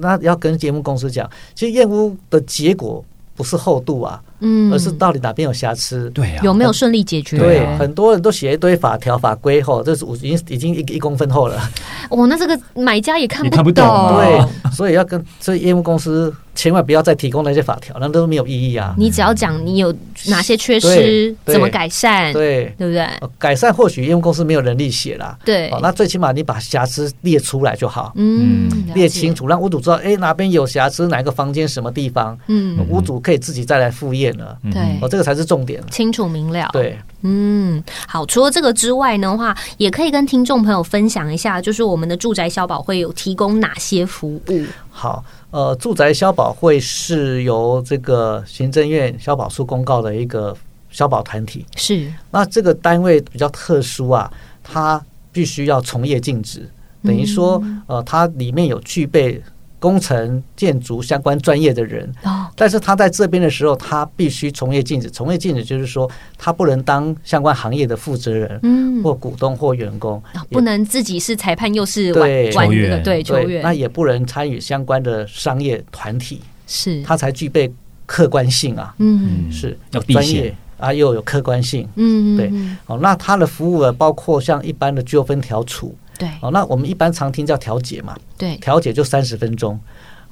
[SPEAKER 3] 那要跟业务公司讲，其实业务的结果不是厚度啊，
[SPEAKER 2] 嗯
[SPEAKER 3] 而是到底哪边有瑕疵。
[SPEAKER 1] 对啊，
[SPEAKER 2] 有没有顺利解决？
[SPEAKER 1] 对
[SPEAKER 3] 对
[SPEAKER 1] 啊，
[SPEAKER 3] 很多人都写一堆法条法规吼，这是我已经已经一一公分厚了。
[SPEAKER 2] 哦，那这个买家也看
[SPEAKER 1] 也看不懂啊哦
[SPEAKER 3] [laughs] 对，所以要跟所以业务公司千万不要再提供那些法条，那都没有意义啊。
[SPEAKER 2] 你只要讲你有哪些缺失，
[SPEAKER 3] 对对
[SPEAKER 2] 怎么改善，
[SPEAKER 3] 对，
[SPEAKER 2] 对不对？
[SPEAKER 3] 呃改善或许业务公司没有能力写啦，
[SPEAKER 2] 对
[SPEAKER 3] 哦，，那最起码你把瑕疵列出来就好，
[SPEAKER 2] 嗯，了解
[SPEAKER 3] 列清，楚，让屋主知道，哎，哪边有瑕疵，哪个房间什么地方，
[SPEAKER 2] 嗯，
[SPEAKER 3] 屋主可以自己再来复验了。
[SPEAKER 1] 嗯
[SPEAKER 2] 对
[SPEAKER 3] 哦，这个才是重点。
[SPEAKER 2] 清楚明了。
[SPEAKER 3] 对，
[SPEAKER 2] 嗯，好。除了这个之外呢，话也可以跟听众朋友分享一下，就是我们的住宅消保会有提供哪些服务？
[SPEAKER 3] 好，呃，住宅消保会是由这个行政院消保处公告的一个消保团体，
[SPEAKER 2] 是，
[SPEAKER 3] 那这个单位比较特殊啊，它必须要从业尽职，等于说，
[SPEAKER 2] 嗯
[SPEAKER 3] 呃，它里面有具备工程建筑相关专业的人，
[SPEAKER 2] 哦，
[SPEAKER 3] 但是他在这边的时候，他必须从业禁止。从业禁止就是说，他不能当相关行业的负责人、
[SPEAKER 2] 嗯，
[SPEAKER 3] 或股东或员工，
[SPEAKER 2] 啊不能自己是裁判又是玩玩
[SPEAKER 3] 对
[SPEAKER 1] 球
[SPEAKER 2] 这个
[SPEAKER 1] 员
[SPEAKER 2] 对球
[SPEAKER 3] 对，那
[SPEAKER 2] 员，
[SPEAKER 3] 也不能参与相关的商业团体，
[SPEAKER 2] 是，
[SPEAKER 3] 他才具备客观性啊，
[SPEAKER 2] 嗯
[SPEAKER 1] 嗯
[SPEAKER 3] 是
[SPEAKER 1] 要避
[SPEAKER 3] 专
[SPEAKER 1] 险
[SPEAKER 3] 业。啊，又有客观性
[SPEAKER 2] 嗯，
[SPEAKER 3] 对
[SPEAKER 2] 嗯
[SPEAKER 3] 哦。那他的服务额包括像一般的纠纷调处
[SPEAKER 2] 对
[SPEAKER 3] 哦，那我们一般常听叫调解嘛，
[SPEAKER 2] 对，
[SPEAKER 3] 调解就三十分钟。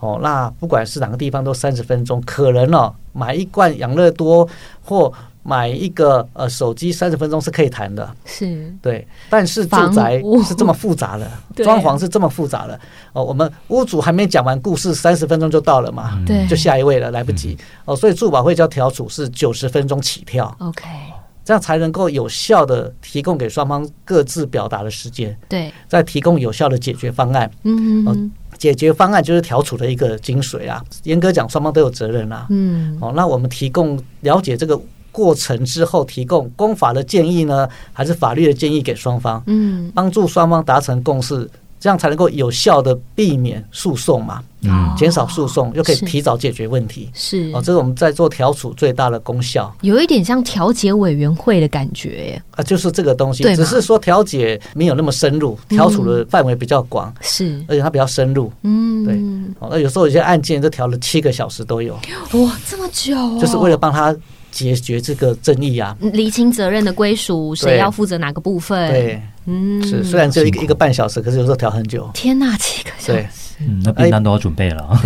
[SPEAKER 3] 哦，那不管是哪个地方都三十分钟，可能哦，买一罐养乐多或买一个呃手机三十分钟是可以谈的，
[SPEAKER 2] 是，
[SPEAKER 3] 对。但是住
[SPEAKER 2] 房
[SPEAKER 3] 宅
[SPEAKER 2] 屋，
[SPEAKER 3] 是这么复杂的
[SPEAKER 2] 对
[SPEAKER 3] 装潢是这么复杂的哦。我们屋主还没讲完故事，三十分钟就到了嘛，
[SPEAKER 2] 对，
[SPEAKER 3] 就下一位了，来不及哦。所以住保会叫调处是九十分钟起跳，
[SPEAKER 2] OK，
[SPEAKER 3] 这样才能够有效的提供给双方各自表达的时间，
[SPEAKER 2] 对，
[SPEAKER 3] 再提供有效的解决方案。
[SPEAKER 2] 嗯
[SPEAKER 3] 哦
[SPEAKER 2] 嗯
[SPEAKER 3] 解决方案就是调处的一个精髓啊。严格讲，双方都有责任啊。
[SPEAKER 2] 嗯，
[SPEAKER 3] 哦，那我们提供了解这个过程之后，提供公法的建议呢，还是法律的建议给双方，
[SPEAKER 2] 嗯，
[SPEAKER 3] 帮助双方达成共识，这样才能够有效的避免诉讼嘛，
[SPEAKER 1] 嗯
[SPEAKER 3] 减少诉讼，又可以
[SPEAKER 2] 哦是
[SPEAKER 3] 提早解决问题。
[SPEAKER 2] 是
[SPEAKER 3] 哦，，这是我们在做调处最大的功效
[SPEAKER 2] 有一点像调解委员会的感觉，
[SPEAKER 3] 啊，就是这个东西
[SPEAKER 2] 对。嘛嗯
[SPEAKER 3] 只是说调解没有那么深入，调处的范围比较广，
[SPEAKER 2] 是，
[SPEAKER 3] 而且它比较深入。
[SPEAKER 2] 嗯，
[SPEAKER 3] 对哦，那有时候有些案件都调了七个小时都有。
[SPEAKER 2] 哇，这么久哦，
[SPEAKER 3] 就是为了帮他解决这个争议啊。
[SPEAKER 2] 嗯厘清责任的归属，谁
[SPEAKER 3] 对
[SPEAKER 2] 要负责哪个部分？，
[SPEAKER 3] 对，
[SPEAKER 2] 嗯，
[SPEAKER 3] 是虽然只有一个
[SPEAKER 1] 辛苦
[SPEAKER 3] 一个半小时，可是有时候调很久。
[SPEAKER 2] 天哪，七个小
[SPEAKER 3] 对
[SPEAKER 2] 时，
[SPEAKER 1] 嗯，那便当都要准备了，
[SPEAKER 2] 啊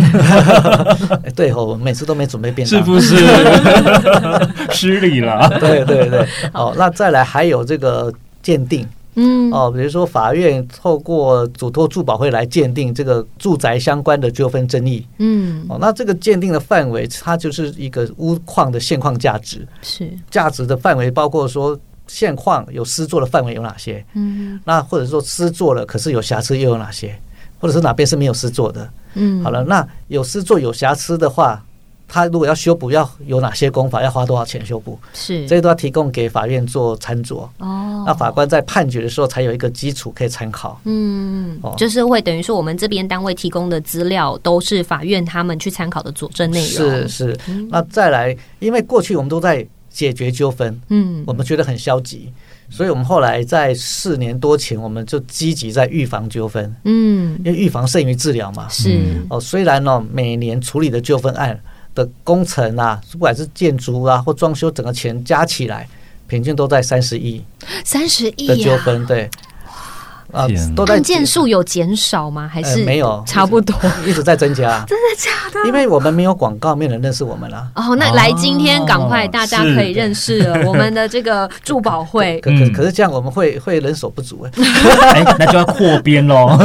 [SPEAKER 3] [laughs] 哎对吼，我每次都没准备便
[SPEAKER 1] 是
[SPEAKER 3] 当，
[SPEAKER 1] 不是 [laughs] 失礼了？
[SPEAKER 3] 对
[SPEAKER 2] [laughs]
[SPEAKER 3] 对对，哦，那再来还有这个鉴定
[SPEAKER 2] 嗯，
[SPEAKER 3] 哦，比如说法院透过嘱托住保会来鉴定这个住宅相关的纠纷争议
[SPEAKER 2] 嗯，
[SPEAKER 3] 哦，那这个鉴定的范围，它就是一个屋况的现况价值，
[SPEAKER 2] 是，
[SPEAKER 3] 价值的范围包括说现况有施作的范围有哪些，
[SPEAKER 2] 嗯
[SPEAKER 3] 那或者说施作了可是有瑕疵又有哪些，或者是哪边是没有施作的。
[SPEAKER 2] 嗯，
[SPEAKER 3] 好了，那有施作有瑕疵的话。他如果要修补，要有哪些功法？要花多少钱修补？
[SPEAKER 2] 是，
[SPEAKER 3] 这些都啊要提供给法院做参酌。
[SPEAKER 2] 嗯哦，
[SPEAKER 3] 那法官在判决的时候才有一个基础可以参考。
[SPEAKER 2] 嗯，
[SPEAKER 3] 哦
[SPEAKER 2] 就是会等于说，我们这边单位提供的资料都是法院他们去参考的佐证内容。嗯
[SPEAKER 3] 是，是，那再来，因为过去我们都在解决纠纷，
[SPEAKER 2] 嗯
[SPEAKER 3] 我们觉得很消极，所以我们后来在四年多前，我们就积极在预防纠纷，
[SPEAKER 2] 嗯，
[SPEAKER 3] 因为预防胜于治疗嘛。
[SPEAKER 2] 是，
[SPEAKER 3] 哦，虽然呢、每年处理的纠纷案的工程啊，不管是建筑啊或装修，整个钱加起来，平均都在三十亿
[SPEAKER 2] 三十亿
[SPEAKER 3] 的纠
[SPEAKER 2] 哎呀。
[SPEAKER 3] 纷，对，啊
[SPEAKER 1] 天，哪
[SPEAKER 3] 都在
[SPEAKER 2] 案件数有减少吗？还是
[SPEAKER 3] 呃没有
[SPEAKER 2] 差不多。
[SPEAKER 3] [laughs] 一直在增
[SPEAKER 2] [laughs]
[SPEAKER 3] 加，
[SPEAKER 2] 真的假的？
[SPEAKER 3] 因为我们没有广告，没有人认识我们啊啦。
[SPEAKER 2] 哦，那
[SPEAKER 1] 哦
[SPEAKER 2] 来今天赶快，大家可
[SPEAKER 1] 是
[SPEAKER 2] 以认识了我们的这个珠宝
[SPEAKER 3] [laughs]
[SPEAKER 2] 会。
[SPEAKER 3] 可可
[SPEAKER 1] 嗯
[SPEAKER 3] 可是这样我们会会人手不足哎，
[SPEAKER 1] 哎，那就要扩编
[SPEAKER 3] [laughs]
[SPEAKER 1] 喽，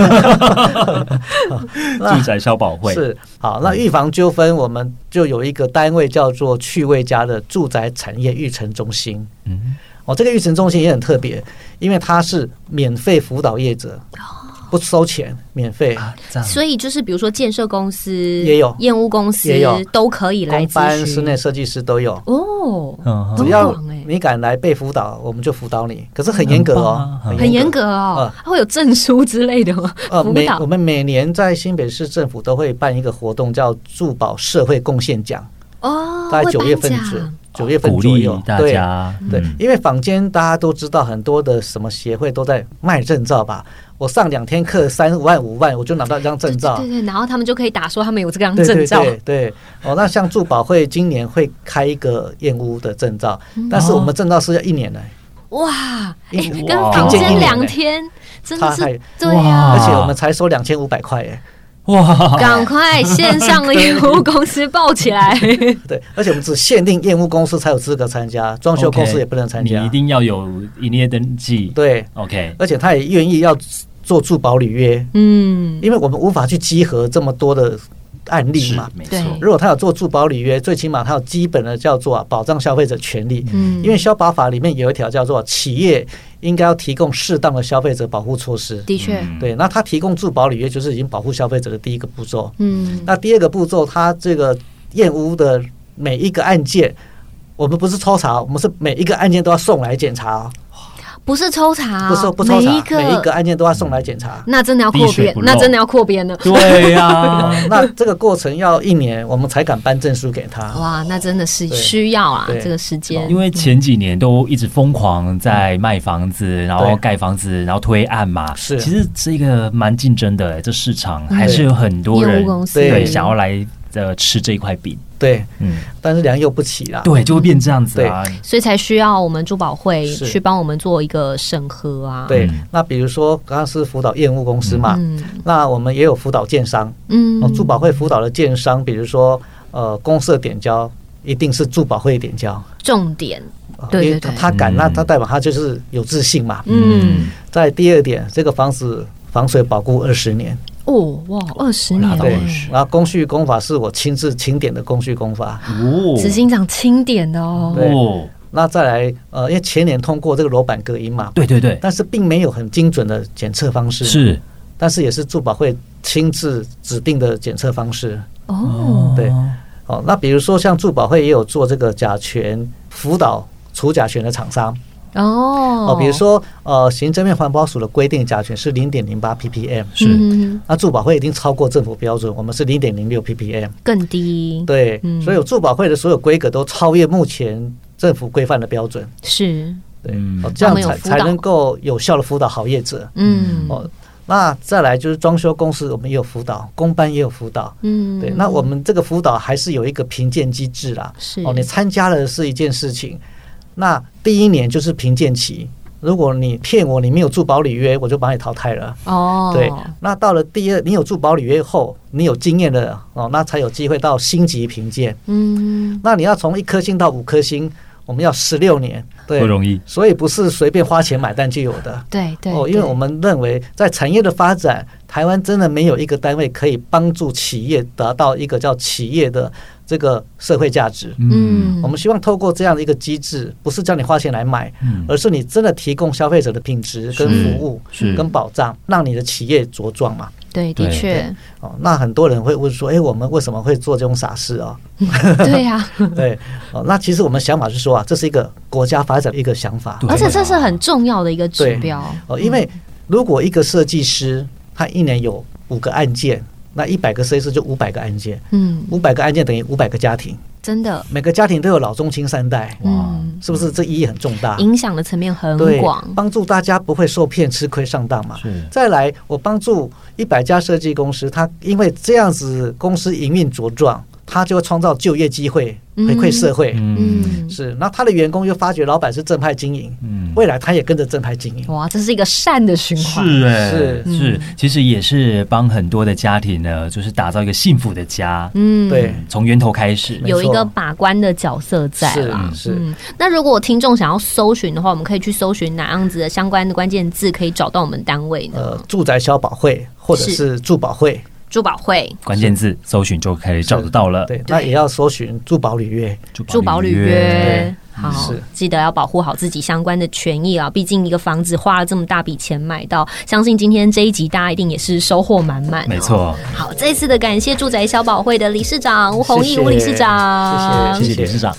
[SPEAKER 3] 那
[SPEAKER 1] 住宅消保会
[SPEAKER 3] 是好。那预防纠纷，我们就有一个单位叫做趣味家的住宅产业育成中心。
[SPEAKER 1] 嗯
[SPEAKER 3] 哦，这个育成中心也很特别，因为它是免费辅导业者，
[SPEAKER 2] 哦
[SPEAKER 3] 不收钱，免费。
[SPEAKER 1] 啊，这样
[SPEAKER 2] 所以就是，比如说建设公司
[SPEAKER 3] 也有
[SPEAKER 2] 验屋公司
[SPEAKER 3] 也有
[SPEAKER 2] 都可以来
[SPEAKER 3] 工
[SPEAKER 2] 咨
[SPEAKER 3] 班、室
[SPEAKER 2] 询
[SPEAKER 3] 内。设计师都有，
[SPEAKER 2] 哦，
[SPEAKER 1] 嗯
[SPEAKER 3] 只
[SPEAKER 2] 很
[SPEAKER 3] 要
[SPEAKER 2] 广欸
[SPEAKER 3] 你敢来被辅导，我们就辅导你。可是很严格哦，
[SPEAKER 1] 很棒啊
[SPEAKER 2] 很严。格哦，会有证书之类的吗？
[SPEAKER 3] 嗯呃，
[SPEAKER 2] 辅
[SPEAKER 3] 每
[SPEAKER 2] 导
[SPEAKER 3] 我们每年在新北市政府都会办一个活动，叫“助保社会贡献奖”，
[SPEAKER 2] 哦，
[SPEAKER 3] 大概
[SPEAKER 2] 会
[SPEAKER 3] 九
[SPEAKER 2] 颁
[SPEAKER 3] 月份
[SPEAKER 2] 奖
[SPEAKER 3] 左九月份
[SPEAKER 1] 鼓
[SPEAKER 3] 左
[SPEAKER 1] 励
[SPEAKER 3] 右，
[SPEAKER 1] 大
[SPEAKER 3] 对
[SPEAKER 1] 家，
[SPEAKER 3] 对
[SPEAKER 1] 嗯，
[SPEAKER 3] 因为坊间大家都知道，很多的什么协会都在卖证照吧。我上两天课三万五万，我就拿到一张证照
[SPEAKER 2] 对。对对，然后他们就可以打说他们有这张
[SPEAKER 3] 对
[SPEAKER 2] 证
[SPEAKER 3] 对
[SPEAKER 2] 照，
[SPEAKER 3] 对对，哦，那像助保会今年会开一个燕屋的证照，
[SPEAKER 2] 嗯
[SPEAKER 3] 但是我们证照是要一年的，
[SPEAKER 2] 哇，
[SPEAKER 3] 一
[SPEAKER 2] 哎，
[SPEAKER 3] 年
[SPEAKER 2] 跟
[SPEAKER 1] 哇
[SPEAKER 2] 房
[SPEAKER 1] 平
[SPEAKER 2] 间
[SPEAKER 1] 均一年
[SPEAKER 2] 两
[SPEAKER 3] 欸
[SPEAKER 2] 天真的
[SPEAKER 3] 差太
[SPEAKER 2] 是对呀、
[SPEAKER 1] 哇
[SPEAKER 3] 而且我们才收两千五百块耶。
[SPEAKER 1] 哇，
[SPEAKER 2] 赶快线上
[SPEAKER 3] [laughs]
[SPEAKER 2] 的业务公司报起来，
[SPEAKER 3] 对，而且我们只限定燕屋公司才有资格参加，装修公司
[SPEAKER 1] OK，
[SPEAKER 3] 也不能参
[SPEAKER 1] 你一
[SPEAKER 3] 加。
[SPEAKER 1] 定要有营业登记。
[SPEAKER 3] 对，
[SPEAKER 1] OK，
[SPEAKER 3] 而且他也愿意要做助保履约，
[SPEAKER 2] 嗯，
[SPEAKER 3] 因为我们无法去集合这么多的案例
[SPEAKER 1] 是
[SPEAKER 3] 嘛。
[SPEAKER 1] 没
[SPEAKER 2] 对
[SPEAKER 1] 错，
[SPEAKER 3] 如果他有做住保履约，最起码他有基本的叫做、啊、保障消费者权利。
[SPEAKER 2] 嗯
[SPEAKER 3] 因为消保法里面有一条叫做企业应该要提供适当的消费者保护措施。
[SPEAKER 2] 的确，
[SPEAKER 3] 对，那他提供住保履约就是已经保护消费者的第一个步骤。
[SPEAKER 2] 嗯，
[SPEAKER 3] 那第二个步骤，他这个验屋的每一个案件，我们不是抽查，我们是每一个案件都要送来检查哦，
[SPEAKER 2] 不是抽查，
[SPEAKER 3] 不是不抽查
[SPEAKER 2] 啊每一，个
[SPEAKER 3] 每一个案件都要送来检查。
[SPEAKER 2] 那真的要
[SPEAKER 1] 滴
[SPEAKER 2] 扩
[SPEAKER 1] 水
[SPEAKER 2] 编
[SPEAKER 1] 不，
[SPEAKER 2] 那
[SPEAKER 1] 漏
[SPEAKER 2] 真的要扩编了，
[SPEAKER 1] 对
[SPEAKER 2] 嗯 [laughs]
[SPEAKER 1] 呀，
[SPEAKER 3] 哦那这个过程要一年，我们才敢颁证书给他。
[SPEAKER 2] 哇，那真的是
[SPEAKER 3] 对
[SPEAKER 2] 需要啊，
[SPEAKER 3] 对
[SPEAKER 2] 这个时间
[SPEAKER 1] 因，为前几年都一直疯狂在卖房子，然后
[SPEAKER 3] 对
[SPEAKER 1] 盖房子，然后推案嘛。
[SPEAKER 3] 是嗯
[SPEAKER 1] 其实这个蛮竞争的、欸，这市场还是有很多
[SPEAKER 2] 业务
[SPEAKER 1] 人
[SPEAKER 2] 公司
[SPEAKER 1] 对
[SPEAKER 3] 对
[SPEAKER 1] 想要来呃吃这一块饼，
[SPEAKER 3] 对，
[SPEAKER 1] 嗯，
[SPEAKER 3] 但是良莠不齐啦。
[SPEAKER 1] 对，就会变这样子啊。
[SPEAKER 2] 所以才需要我们珠宝会
[SPEAKER 3] 是
[SPEAKER 2] 去帮我们做一个审核啊，
[SPEAKER 3] 对
[SPEAKER 1] 嗯，
[SPEAKER 3] 那比如说刚刚是辅导业务公司嘛，
[SPEAKER 2] 嗯
[SPEAKER 3] 那我们也有辅导建商，
[SPEAKER 2] 嗯
[SPEAKER 3] 哦，住保会辅导的建商，比如说呃公社点交，一定是住保会点交，
[SPEAKER 2] 重点，
[SPEAKER 3] 呃
[SPEAKER 2] 对
[SPEAKER 3] 因
[SPEAKER 2] 对
[SPEAKER 3] 为
[SPEAKER 2] 对
[SPEAKER 3] 他敢，
[SPEAKER 1] 嗯
[SPEAKER 3] 那他代表他就是有自信嘛。
[SPEAKER 2] 嗯，
[SPEAKER 3] 在第二点，这个房子防水保固二十年，
[SPEAKER 2] 哦哇，二十
[SPEAKER 1] 我
[SPEAKER 2] 年
[SPEAKER 1] 拉到
[SPEAKER 3] 对
[SPEAKER 2] 了，
[SPEAKER 1] 20，
[SPEAKER 3] 然后工序工法是我亲自钦点的工序工法。
[SPEAKER 1] 哦，
[SPEAKER 2] 执行长钦点的哦，
[SPEAKER 3] 对
[SPEAKER 1] 哦，
[SPEAKER 3] 那再来，呃，因为前年通过这个楼板隔音嘛，
[SPEAKER 1] 对对对，
[SPEAKER 3] 但是并没有很精准的检测方式，，
[SPEAKER 1] 是
[SPEAKER 3] 但是也是住保会亲自指定的检测方式。
[SPEAKER 2] 哦，
[SPEAKER 3] 对哦，那比如说像住保会也有做这个甲醛辅导除甲醛的厂商
[SPEAKER 2] 哦
[SPEAKER 3] 哦，比如说呃，行政院环保署的规定甲醛是零点零八 ppm，
[SPEAKER 1] 是
[SPEAKER 2] 嗯
[SPEAKER 3] 那住保会已经超过政府标准，我们是零点零六 ppm，
[SPEAKER 2] 更低，
[SPEAKER 3] 对
[SPEAKER 2] 嗯，
[SPEAKER 3] 所以住保会的所有规格都超越目前政府规范的标准，
[SPEAKER 2] 是，
[SPEAKER 3] 对，
[SPEAKER 1] 嗯
[SPEAKER 3] 哦、这样
[SPEAKER 2] 他们
[SPEAKER 3] 才
[SPEAKER 2] 有辅导
[SPEAKER 3] 才能够有效的辅导好业者
[SPEAKER 2] 嗯
[SPEAKER 3] 哦。那再来就是装修公司，我们也有辅导，工班也有辅导，
[SPEAKER 2] 嗯，
[SPEAKER 3] 对，那我们这个辅导还是有一个评鉴机制啦。
[SPEAKER 2] 是
[SPEAKER 3] 哦，你参加了是一件事情，那第一年就是评鉴期，如果你骗我，你没有住保理约，我就把你淘汰了。
[SPEAKER 2] 哦，
[SPEAKER 3] 对，那到了第二，你有住保理约后，你有经验的哦，那才有机会到星级评鉴。
[SPEAKER 2] 嗯，
[SPEAKER 3] 那你要从一颗星到五颗星，我们要十六年，对
[SPEAKER 1] 不，容易。
[SPEAKER 3] 所以不是随便花钱买单就有的。
[SPEAKER 2] 对对
[SPEAKER 3] 哦，因为我们认为在产业的发展，台湾真的没有一个单位可以帮助企业达到一个叫企业的这个社会价值。
[SPEAKER 1] 嗯
[SPEAKER 2] 嗯，
[SPEAKER 3] 我们希望透过这样的一个机制，不是叫你花钱来买，
[SPEAKER 1] 嗯
[SPEAKER 3] 而是你真的提供消费者的品质
[SPEAKER 1] 是
[SPEAKER 3] 跟服务
[SPEAKER 1] 是
[SPEAKER 3] 跟保障，让你的企业茁壮嘛。
[SPEAKER 2] 对的
[SPEAKER 1] 对
[SPEAKER 2] 确，
[SPEAKER 3] 哦，那很多人会问说，诶，我们为什么会做这种傻事啊？
[SPEAKER 1] [laughs]
[SPEAKER 2] 对呀，
[SPEAKER 1] 啊
[SPEAKER 3] 对，哦，那其实我们想法是说啊，这是一个国家发展的一个想法。
[SPEAKER 1] 对
[SPEAKER 2] 而且这是很重要的一个指标。
[SPEAKER 3] 哦，因为如果一个设计师他一年有五个案件，那一百个设计师就五百个案件，
[SPEAKER 2] 嗯，
[SPEAKER 3] 五百个案件等于五百个家庭，
[SPEAKER 2] 真的，
[SPEAKER 3] 每个家庭都有老中青三代，
[SPEAKER 1] 哇
[SPEAKER 2] 嗯，
[SPEAKER 3] 是不是？这意义很重大。
[SPEAKER 2] 影响的层面很
[SPEAKER 3] 对啊
[SPEAKER 2] 广，。
[SPEAKER 3] 帮助大家不会受骗、吃亏上当嘛。
[SPEAKER 1] 是
[SPEAKER 3] 再来，我帮助一百家设计公司，它因为这样子公司营运茁壮，它就会创造就业机会，
[SPEAKER 2] 嗯
[SPEAKER 3] 回馈社会。
[SPEAKER 1] 嗯
[SPEAKER 2] 嗯，
[SPEAKER 3] 是，那他的员工又发觉老板是正派经营，
[SPEAKER 1] 嗯
[SPEAKER 3] 未来他也跟着正派经营。
[SPEAKER 2] 哇，这是一个善的循环。
[SPEAKER 1] 是哎、
[SPEAKER 3] 是
[SPEAKER 1] 是，其实也是帮很多的家庭呢，就是打造一个幸福的家，
[SPEAKER 2] 嗯，
[SPEAKER 3] 对，
[SPEAKER 1] 从源头开始。
[SPEAKER 3] 没
[SPEAKER 2] 有一
[SPEAKER 3] 错
[SPEAKER 2] 个把关的角色在
[SPEAKER 3] 是
[SPEAKER 2] 啦。
[SPEAKER 3] 是
[SPEAKER 2] 嗯，那如果听众想要搜寻的话，我们可以去搜寻哪样子的相关的关键字，可以找到我们单位呢？
[SPEAKER 3] 呃，住宅消保会或者
[SPEAKER 2] 是
[SPEAKER 3] 是住保会，
[SPEAKER 2] 珠宝会。
[SPEAKER 1] 关键字搜寻就可以找得到了。
[SPEAKER 3] 对，那也要搜寻住保履约。
[SPEAKER 2] 住保履约。好
[SPEAKER 3] 是，
[SPEAKER 2] 记得要保护好自己相关的权益啊！毕竟一个房子花了这么大笔钱买到，相信今天这一集大家一定也是收获满满、
[SPEAKER 1] 没。错，
[SPEAKER 2] 好，再次的感谢住宅消保会的理事长吴弘毅吴理事长，
[SPEAKER 3] 谢
[SPEAKER 2] 嗯
[SPEAKER 1] 谢谢理事长。